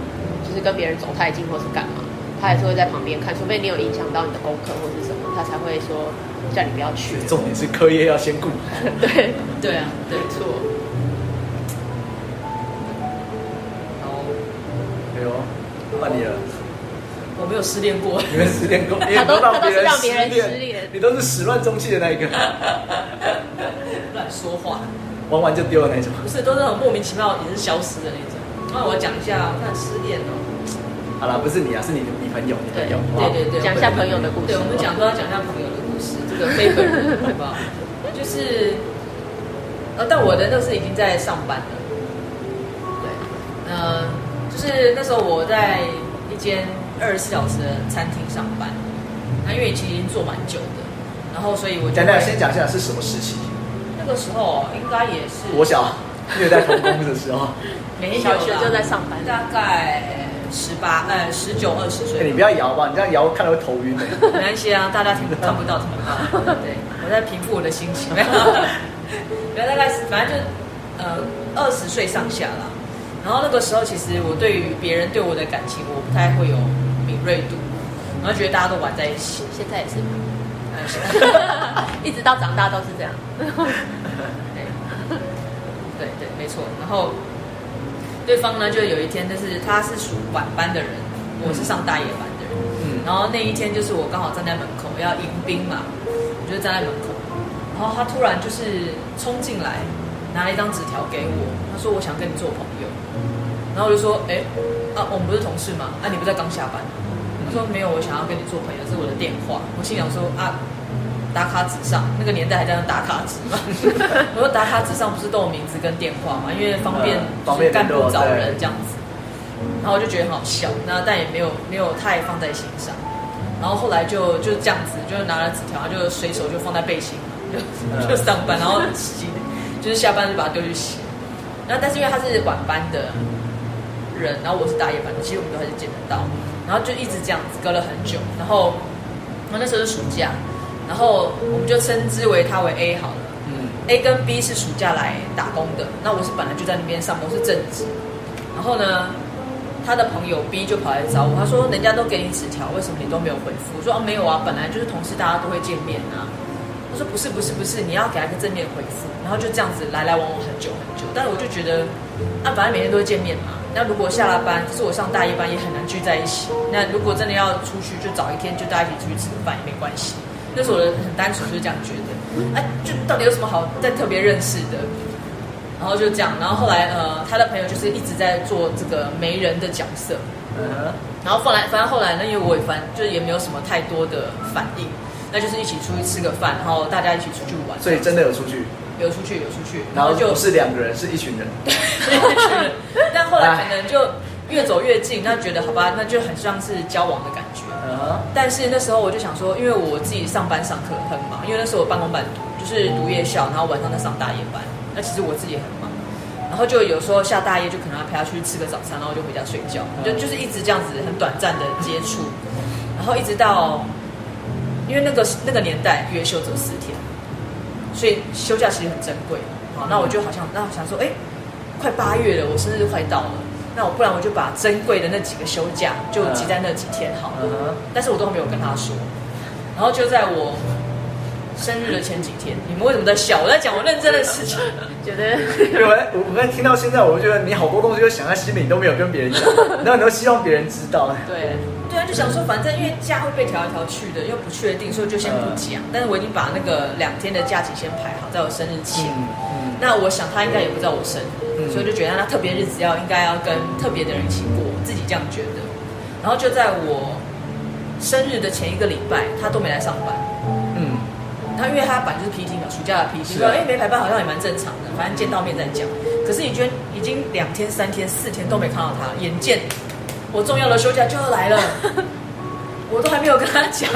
S3: 就是跟别人走太近或是干嘛，她还是会在旁边看，除非你有影响到你的功课或是什么，她才会说叫你不要去。
S1: 重点是课业要先顾。
S3: 对，
S2: 对啊，对
S3: 没。错。
S2: 然后
S1: 哎呦，换你了，
S2: 我没有失恋过，
S1: 你们失恋过，你
S3: 他都
S1: 让
S3: 他都是让别人
S1: 失
S3: 失恋
S1: 你都是始乱终弃的那一个，
S2: 乱说话。
S1: 玩完就丢的那种。
S2: 不是，都是很莫名其妙，也是消失的那种。那我讲一下，那失恋哦。
S1: 好啦，不是你啊，是你你朋友，你朋友。
S2: 对对对，
S3: 讲一下朋友的故
S2: 对，
S3: 事
S2: 我。们讲都要讲一下朋友的故事，这个非本人，好不好？就是，呃，但我的那是已经在上班了。对，呃，就是那时候我在一间二十四小时的餐厅上班，那因为其实已经做蛮久的，然后所以我就
S1: 讲
S2: 会
S1: 讲，先讲一下是什么时期？
S2: 那个时候应该也是
S1: 我小虐待童工的时候，
S2: 没有啦
S3: 小学就在上班
S2: 大概十八呃十九二十
S1: 哎
S2: 岁。
S1: 你不要摇吧，你这样摇看了会头晕的。
S2: 没关系啊，大家听不看不到怎么办？对，我在平复我的心情。没有，没有大概是反正就呃二十岁上下啦。然后那个时候，其实我对于别人对我的感情，我不太会有敏锐度，然后觉得大家都玩在一起。
S3: 现在也是，
S2: 呃是
S3: 一直到长大都是这样。
S2: 对对对，没错。然后对方呢，就有一天，就是他是属晚班的人，我是上大夜班的人。
S1: 嗯，
S2: 然后那一天就是我刚好站在门口要迎宾嘛，我就站在门口，然后他突然就是冲进来，拿了一张纸条给我，他说我想跟你做朋友，然后我就说，哎，啊，我们不是同事吗？啊，你不在刚下班？他说没有，我想要跟你做朋友，这是我的电话。我心想说啊，打卡纸上，那个年代还在用打卡纸 嘛，我说打卡纸上不是都有名字跟电话嘛，因为方便
S1: 呃
S2: 就
S1: 方
S2: 是
S1: 便
S2: 干部
S1: 联络
S2: 找人
S1: 对
S2: 这样子。然后我就觉得很好笑，那但也没有没有太放在心上。然后后来就就这样子，就拿了纸条，就随手就放在背心嘛，就就上班，然后洗，就是下班就把它丢去洗。然后但是因为他是晚班的人，然后我是大夜班，其实我们都还是见得到。然后就一直这样子隔了很久，然后那那时候是暑假，然后我们就称之为他为 A 好了。
S1: 嗯，
S2: A 跟 B 是暑假来打工的，那我是本来就在那边上班，我是正职。然后呢，他的朋友 B 就跑来找我，他说人家都给你纸条，为什么你都没有回复？我说哦没有啊，本来就是同事大家都会见面啊。他说不是不是不是，你要给他一个正面回复，然后就这样子来来往往很久很久。但是我就觉得，啊，反正每天都会见面嘛。那如果下了班，就是我上大一班也很难聚在一起。那如果真的要出去，就找一天就大家一起出去吃个饭也没关系。那时候我的很单纯就是这样觉得，哎、就到底有什么好再特别认识的？然后就这样，然后后来呃，他的朋友就是一直在做这个媒人的角色，
S1: 嗯
S2: 然后后来，反正后来呢，因为我也反就是也没有什么太多的反应，那就是一起出去吃个饭，然后大家一起出去玩，
S1: 所以真的有出去，
S2: 有出去有出去，
S1: 然后就
S2: 就
S1: 不是两个人，是一群人。
S2: 但后来可能就
S1: 哎
S2: 越走越近，那觉得好吧，那就很像是交往的感觉。
S1: 嗯
S2: 但是那时候我就想说，因为我自己上班上课很忙，因为那时候我半工半读，就是读夜校，然后晚上再上大夜班。那其实我自己也很忙，然后就有时候下大夜就可能要陪他去吃个早餐，然后就回家睡觉，就就是一直这样子很短暂的接触，然后一直到，因为那个那个年代月休只有四天，所以休假其实很珍贵。好，那我就好像那我想说，哎、快八月了，我生日快到了，那我不然我就把珍贵的那几个休假就挤在那几天好了。
S1: 嗯
S2: 但是我都没有跟他说。然后就在我生日的前几天，你们为什么在笑？我在讲我认真的事 情。
S3: 觉得
S1: 因为我我我刚才听到现在，我就觉得你好多东西都想在心里，你都没有跟别人讲，然后你都希望别人知道。
S3: 对，
S2: 对啊，就想说反正因为假会被调来调去的，又不确定，所以就先不讲。
S1: 嗯
S2: 但是我已经把那个两天的假期先排好，在我生日前。
S1: 嗯
S2: 那我想他应该也不知道我生日，
S1: 嗯
S2: 所以就觉得那特别日子要应该要跟特别的人一起过，我自己这样觉得。然后就在我生日的前一个礼拜，他都没来上班。
S1: 嗯，
S2: 他因为他本来就是 PT 嘛，暑假的 PT，
S1: 是啊
S2: 说哎没排班好像也蛮正常的，反正见到面再讲。可是已经已经两天、三天、四天都没看到他，眼见我重要的休假就要来了，我都还没有跟他讲，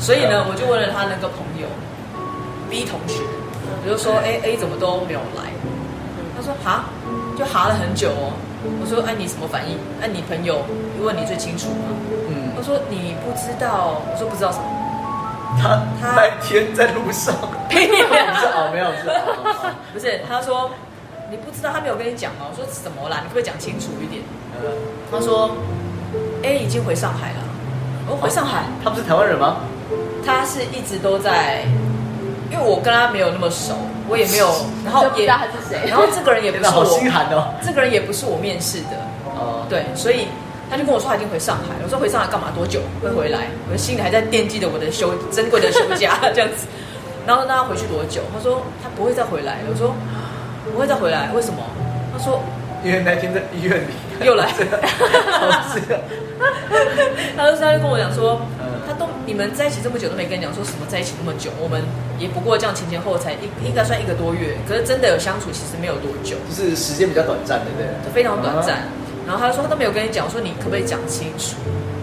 S2: 所以呢，我就问了他那个朋友 B 同学，我就说哎 A 怎么都没有来，他说哈，就哈了很久哦。我说哎你什么反应？哎你朋友问你最清楚吗？
S1: 嗯
S2: 他，说你不知道，我说不知道什么，
S1: 他
S2: 他
S1: 那天在路上，
S2: 呸！
S1: 不是哦，没有是哦，
S2: 不是，他说你不知道，他没有跟你讲哦吗？我说怎么啦？你可不可以讲清楚一点？
S1: 呃，
S2: 他说 A 已经回上海了。我回上海，
S1: 他不是台湾人吗？
S2: 他是一直都在，因为我跟他没有那么熟，我也没有，然后
S3: 就不知
S2: 也，
S3: 道他是谁
S2: 然后这个人也不
S1: 天哪，
S2: 是
S1: 好心
S2: 我，
S1: 寒哦。
S2: 这个人也不是我面试的，
S1: 哦，
S2: 对，所以他就跟我说他已经回上海了。我说回上海干嘛？多久会回来？我的心里还在惦记着我的休珍贵的休假 这样子。然后那他回去多久？他说他不会再回来了。我说不会再回来，为什么？他说
S1: 因为那天在医院里
S2: 又来
S1: 真的 好是啊
S2: 他就是他就跟我讲说
S1: 嗯，
S2: 他都你们在一起这么久都没跟你讲说什么在一起那么久，我们也不过这样前前后后才一应该算一个多月，可是真的有相处其实没有多久，
S1: 就是时间比较短暂，对不啊对？
S2: 非常短暂。然后他就说他都没有跟你讲，我说你可不可以讲清楚？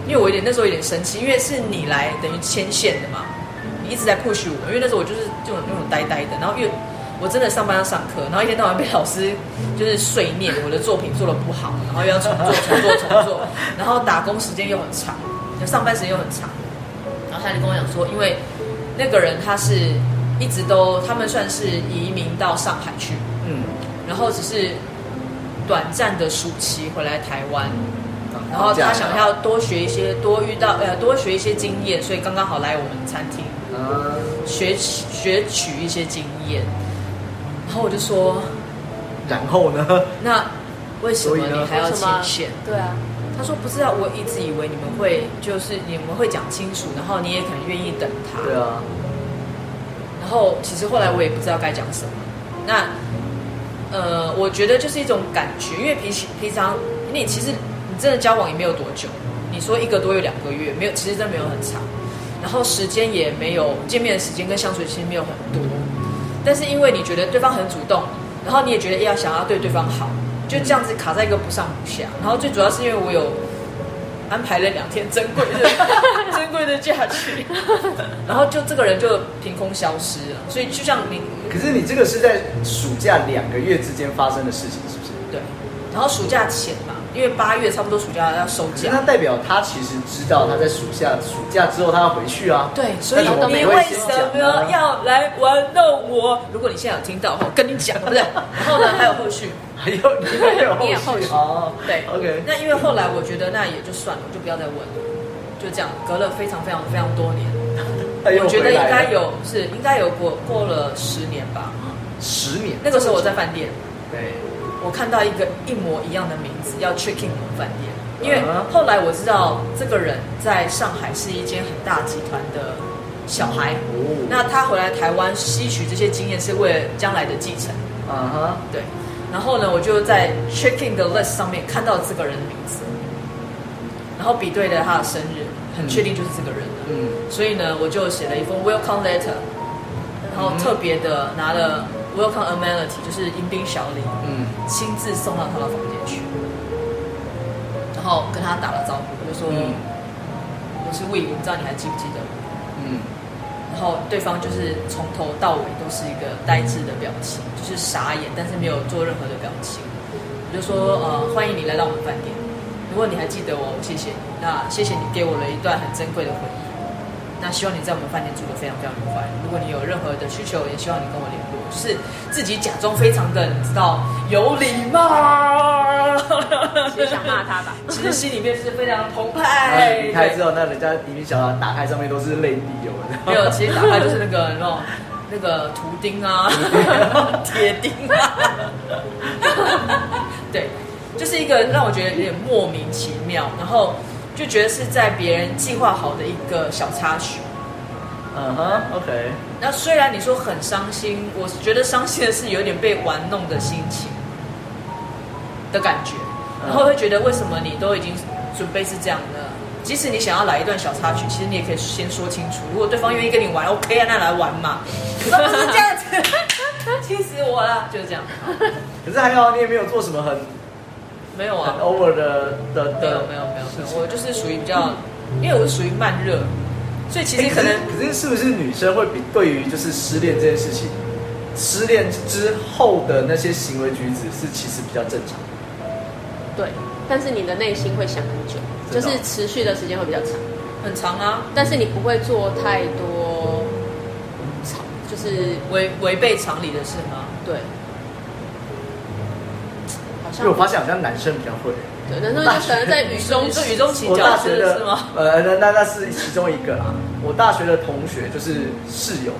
S2: 因为我有点那时候有点生气，因为是你来等于牵线的嘛，你一直在 push 我，因为那时候我就是这种那种呆呆的，然后因为我真的上班要上课，然后一天到晚被老师就是碎念我的作品做的不好，然后又要重做重做重 做，然后打工时间又很长，上班时间又很长，然后他就跟我讲说，因为那个人他是一直都他们算是移民到上海去，
S1: 嗯，
S2: 然后只是短暂的暑期回来台湾，然后
S1: 这样
S2: 他想要多学一些，多遇到呃多学一些经验，所以刚刚好来我们餐厅
S1: 嗯
S2: 学取学取一些经验。然后我就说，
S1: 然后呢？
S2: 那为什么
S1: 所以呢
S2: 你还要
S3: 为什
S2: 牵
S3: 么
S2: 线？
S3: 对啊，
S2: 他说不是啊，我一直以为你们会就是你们会讲清楚，然后你也可能愿意等他。
S1: 对啊，
S2: 然后其实后来我也不知道该讲什么。那呃，我觉得就是一种感觉，因为平时平常你其实你真的交往也没有多久，你说一个多月、两个月，没有，其实真的没有很长。然后时间也没有见面的时间跟相处的时间没有很多，但是因为你觉得对方很主动，然后你也觉得要哎想要对对方好，就这样子卡在一个不上不下。然后最主要是因为我有安排了两天珍贵的 珍贵的假期，然后就这个人就凭空消失了。所以就像你
S1: 可是你这个
S2: 啊
S1: 是在暑假两个月之间发生的事情，是不是？
S2: 对，然后暑假前嘛，因为八月差不多暑假要收
S1: 可是
S2: 假
S1: 那，代表他其实知道他在暑假暑假之后他要回去啊。
S2: 对，所以
S1: 那怎么
S2: 你
S1: 没
S2: 为
S1: 会
S2: 什
S1: 先
S2: 么
S1: 讲啊呢？
S2: 啊要来玩弄我？如果你现在有听到的话，我跟你讲，对不对？然后呢，还有后续，
S1: 还有你还有
S2: 你也
S1: 后
S2: 后
S1: 续
S2: 续
S1: 哦。
S2: 对
S1: ，OK。
S2: 那因为后来我觉得那也就算了，我就不要再问了，就这样，隔了非常非常非常多年，
S1: 他哎又
S2: 我觉得
S1: 回来
S2: 应该
S1: 了
S2: 有是应该有过过了十年吧。
S1: 十年。
S2: 那个时候我在饭店，
S1: 对，
S2: 我看到一个一模一样的名字，要 check in 我们饭店。因为
S1: 啊
S2: 后来我知道这个人在上海是一间很大集团的小孩，
S1: 哦，
S2: 那他回来台湾吸取这些经验是为了将来的继承。
S1: 啊哈，
S2: 对，然后呢，我就在 check in 的 list 上面看到这个人的名字，然后比对了他的生日，很确定就是这个人了。
S1: 嗯，
S2: 所以呢，我就写了一封 welcome letter，然后特别的拿了 welcome amenity，就是迎宾小礼，
S1: 嗯，
S2: 亲自送到他的房间去，然后跟他打了招呼，我就说、
S1: 嗯
S2: 我是魏，我不知道你还记不记得我。
S1: 嗯，
S2: 然后对方就是从头到尾都是一个呆滞的表情，就是傻眼，但是没有做任何的表情。我就说，呃，欢迎你来到我们饭店。如果你还记得我，谢谢你。那谢谢你给我了一段很珍贵的回忆。那希望你在我们饭店住得非常非常愉快。如果你有任何的需求，也希望你跟我联络。就是自己假装非常的，你知道，有礼貌。
S3: 其实想骂他 吧。
S2: 其实心里面是非常澎
S1: 然后
S2: 湃。
S1: 离哎开之后，那人家移民小岛打开上面都是泪滴有的。
S2: 没有，其实打开就是那个那种那个图钉啊、铁钉啊， 对，就是一个让我觉得有点莫名其妙，然后就觉得是在别人计划好的一个小插曲。
S1: 嗯哼，OK，
S2: 那虽然你说很伤心，我觉得伤心的是有点被玩弄的心情的感觉，
S1: 嗯
S2: 然后会觉得为什么你都已经准备是这样呢？即使你想要来一段小插曲，其实你也可以先说清楚。如果对方愿意跟你玩，OK 啊，那来玩嘛。那不 是这样 子，气死我了，就是这样。
S1: 可是还好你也没有做什么很
S2: 没 有啊
S1: 很，over 的的
S2: 没有
S1: 的，
S2: 没有没有
S1: 事
S2: 没有，
S1: 情
S2: 我就是属于比较，因为我是属于慢热，所以其
S1: 欸
S2: 实可能
S1: 可是可是是不是女生会比对于就是失恋这件事情，失恋之后的那些行为举止是其实比较正常的。
S3: 对，但是你的内心会想很久，
S1: 真
S3: 就
S1: 的哦
S3: 是持续的时间会比较长，
S2: 很长啊，
S3: 但是你不会做太多吵，就是
S2: 违违背常理的事 吗？
S3: 对，好
S1: 因
S3: 像
S1: 为我发现好像男生比较会。
S3: 对，男生就可能在雨 中
S2: 你说 雨中起
S1: 我
S2: 脚
S1: 大学
S2: 是
S1: 的
S2: 是吗？
S1: 呃，那那那是其中一个啦。我大学的同学就是室友。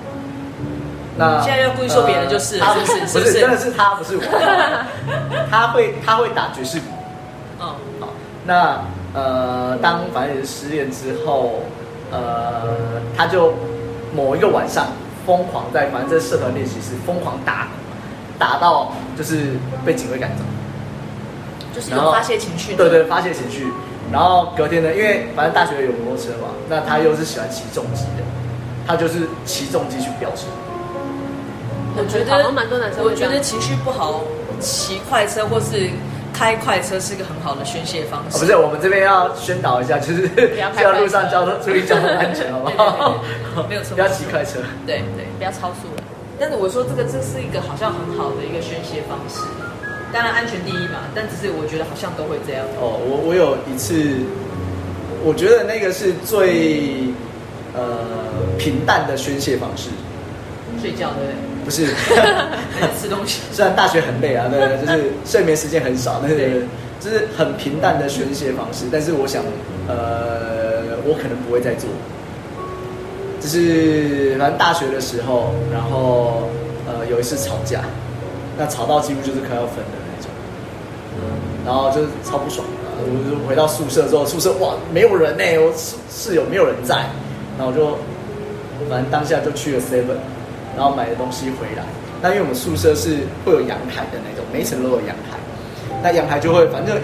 S1: 那
S2: 现在要故意说别人就是
S1: 呃他
S2: 是不是
S1: 不
S2: 是不是
S1: 是，真的是他，不是我。 他会他会打爵士鼓。
S2: 嗯，
S1: 好，啊那呃，当反正失恋之后，呃，他就某一个晚上疯狂在反正这社团练习室疯狂打，打到就是被警卫赶走。
S2: 就是
S1: 然
S2: 有
S1: 后
S2: 发泄情绪的，
S1: 对对，发泄情绪。然后隔天呢，因为反正大学有摩托车嘛，那他又是喜欢骑重机的，他就是骑重机去飙车。
S2: 我觉
S3: 好
S2: 得
S3: 像蛮多男生
S2: 我
S3: 会这
S2: 觉
S3: 样
S2: 得情绪不好，骑快车或是开快车是一个很好的宣泄方
S1: 啊，
S2: 式。
S1: 不是，我们这边要宣导一下，就是
S3: 要开
S1: 要路上交通注意交通安全，好不好？
S2: 对对对对没有错
S1: 不要骑快车。
S2: 对对，
S3: 不要超速了。
S2: 但是我说这个这是一个好像很好的一个宣泄方式，当然安全第一嘛，但只是我觉得好像都会这样。
S1: 哦，我我有一次，我觉得那个是最呃平淡的宣泄方式，
S2: 睡觉对不
S1: 不是？
S2: 对？还是吃东西？
S1: 虽然大学很累啊，对，就是睡眠时间很少，但
S2: 对
S1: 是就是很平淡的宣泄方式。但是我想，呃，我可能不会再做。就是反正大学的时候，然后呃有一次吵架，那吵到几乎就是快要分的那种，然后就是超不爽的。我就回到宿舍之后，宿舍哇没有人呢、我室室友没有人在，然后我就反正当下就去了 Seven，然后买了东西回来。那因为我们宿舍是会有阳台的那种，每一层都有阳台。那阳台就会，反正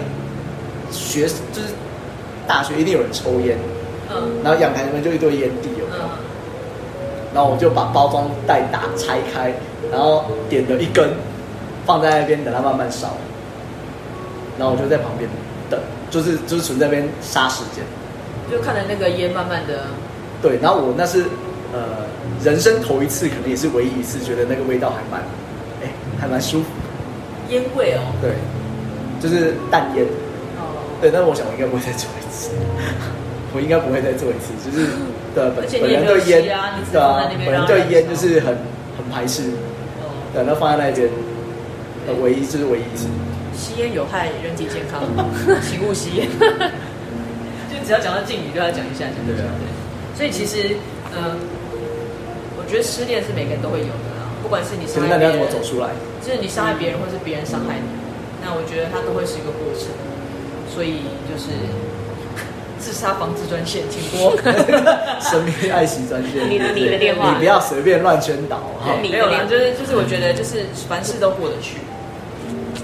S1: 学就是大学一定有人抽烟，
S2: 嗯
S1: 然后阳台那边就一堆烟蒂有没有？
S2: 嗯，
S1: 然后我就把包装袋打拆开，然后点了一根，放在那边等它慢慢烧。然后我就在旁边等，就是就是存在那边杀时间。
S2: 就看着那个烟慢慢的，
S1: 对，然后我那是呃人生头一次，可能也是唯一一次觉得那个味道还蛮，哎，还蛮舒服。
S2: 烟味哦，
S1: 对，就是淡烟。
S2: 哦，
S1: 对，但是我想我应该不会再做一次， 我应该不会再做一次， 就是对本
S2: 而且
S1: 本
S2: 你也
S1: 人
S2: 没有
S1: 对
S2: 吸
S1: 烟
S2: 啊你只是
S1: 对
S2: 放在
S1: 啊
S2: 那，边
S1: 本人
S2: 让
S1: 对
S2: 人
S1: 烟
S2: 抽
S1: 就是很很排斥，
S2: 哦
S1: 对，那放在那边，呃唯一就是唯一一次。
S2: 吸烟有害人体 健康，请勿吸 烟。就只要讲到禁语，就要讲一下，讲一下。
S1: 对啊
S2: 对，所以其实，嗯，我觉得失恋是每个人都会有的啦，不管是你
S1: 可
S2: 伤害
S1: 是那你
S2: 别
S1: 要
S2: 人
S1: 怎么，走出来？
S2: 就是你伤害别人，或是别人伤害你，那我觉得它都会是一个过程。所以就是自杀防治专线，请 拨。
S1: 生命爱惜专 线，
S3: 你的你的电话
S1: 你不要随便乱宣导哈。
S2: 对没有啦，就是就是，我觉得就是凡事都过得去。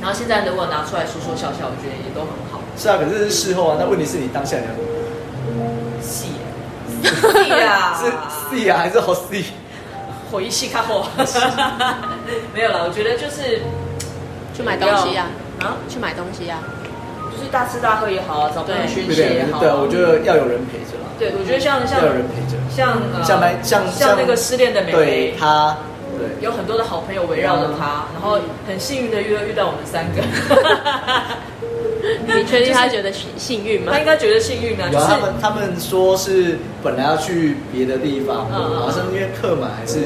S2: 然后现在如果拿出来说说笑笑，我觉得也都很好。
S1: 是啊，可是是事后啊，那问题是你当下你要怎么
S2: 戏耶，戏啊，
S1: 是 C 啊还是好 C？
S2: 回戏看后，没有啦，我觉得就是
S3: 去买东西呀、
S2: 啊，
S3: 去买东西呀、
S2: 就是大吃大喝也好啊，找朋友宣
S1: 对
S2: 泄也好啊，
S1: 对啊，我觉得要有人陪着啦，
S2: 对，我觉得像像
S1: 要有人陪着。
S2: 像呃
S1: 像麦像
S2: 像那个失恋的美
S1: 对嗯
S2: 眉，
S1: 他，对，啊
S2: 有很多的好朋友围绕着她，然后很幸运的遇到遇到我们三个，
S3: 你确定他觉得幸幸运吗
S2: 她？应该觉得幸运啊，就
S1: 有啊他
S2: 是
S1: 们他们说是本来要去别的地方，
S2: 嗯嗯嗯
S1: 好像因为客满还是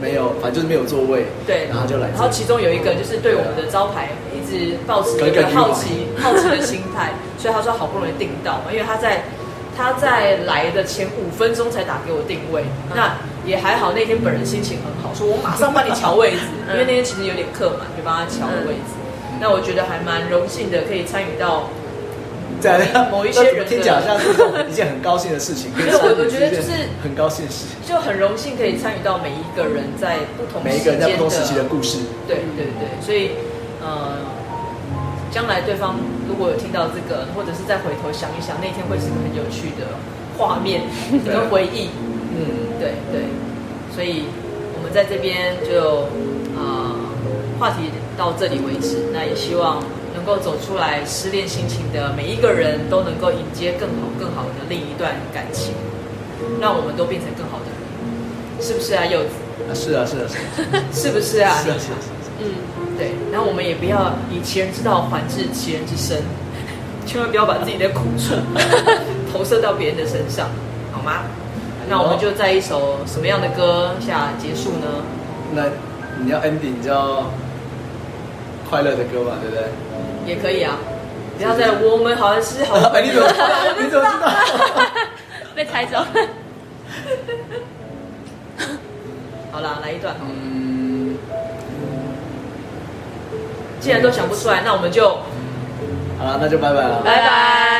S1: 没有，反正就是没有座位，
S2: 对，
S1: 然后就来这里，
S2: 然后 其中有一个就是对我们的招牌一直保持一个好奇好奇的心态，所以他说好不容易订到嘛，因为他在他在来的前五分钟才打给我定位，
S1: 嗯
S2: 那也还好，那天本人心情很好，说我马上帮你调位置，因
S3: 嗯
S2: 为那天其实有点客嘛，就帮他调了位置。
S1: 嗯
S2: 那我觉得还蛮荣幸的，可以参与到
S1: 对啊，
S2: 某一些人的
S1: 那听起来好像是一种一件很高兴的事情，
S2: 没有我我觉得就是
S1: 很高兴的事情，
S2: 就很荣幸可以参与到每一个人在不同
S1: 每一个人在不同时
S2: 间
S1: 期的故事，
S2: 对对对，所以呃，将来对方如果有听到这个，或者是再回头想一想，那天会是个很有趣的画面
S1: 对
S2: 跟回忆。
S1: 嗯，
S2: 对对，所以我们在这边就呃话题到这里为止。那也希望能够走出来失恋心情的每一个人都能够迎接更好更好的另一段感情，让我们都变成更好的人，是不是啊，柚子？
S1: 啊是啊是啊是啊
S2: 是不是啊？
S1: 是啊是啊，是啊
S3: 嗯，
S2: 对，然后我们也不要以其人之道还治其人之身，千万不要把自己的苦处 投射到别人的身上，好吗？那我们就在一首什么样的歌下结束呢？
S1: 那你要 ending 你就要快乐的歌嘛，对不对？
S2: 也可以啊，不要在我们好像是好
S1: 哎，
S2: 朋
S1: 你
S2: 友
S1: 怎么你怎么知道？
S3: 被猜中。
S2: 好啦，来一段好了。
S1: 嗯，
S2: 既然都想不出来，那我们就
S1: 好了，那就拜拜了。
S2: 拜拜。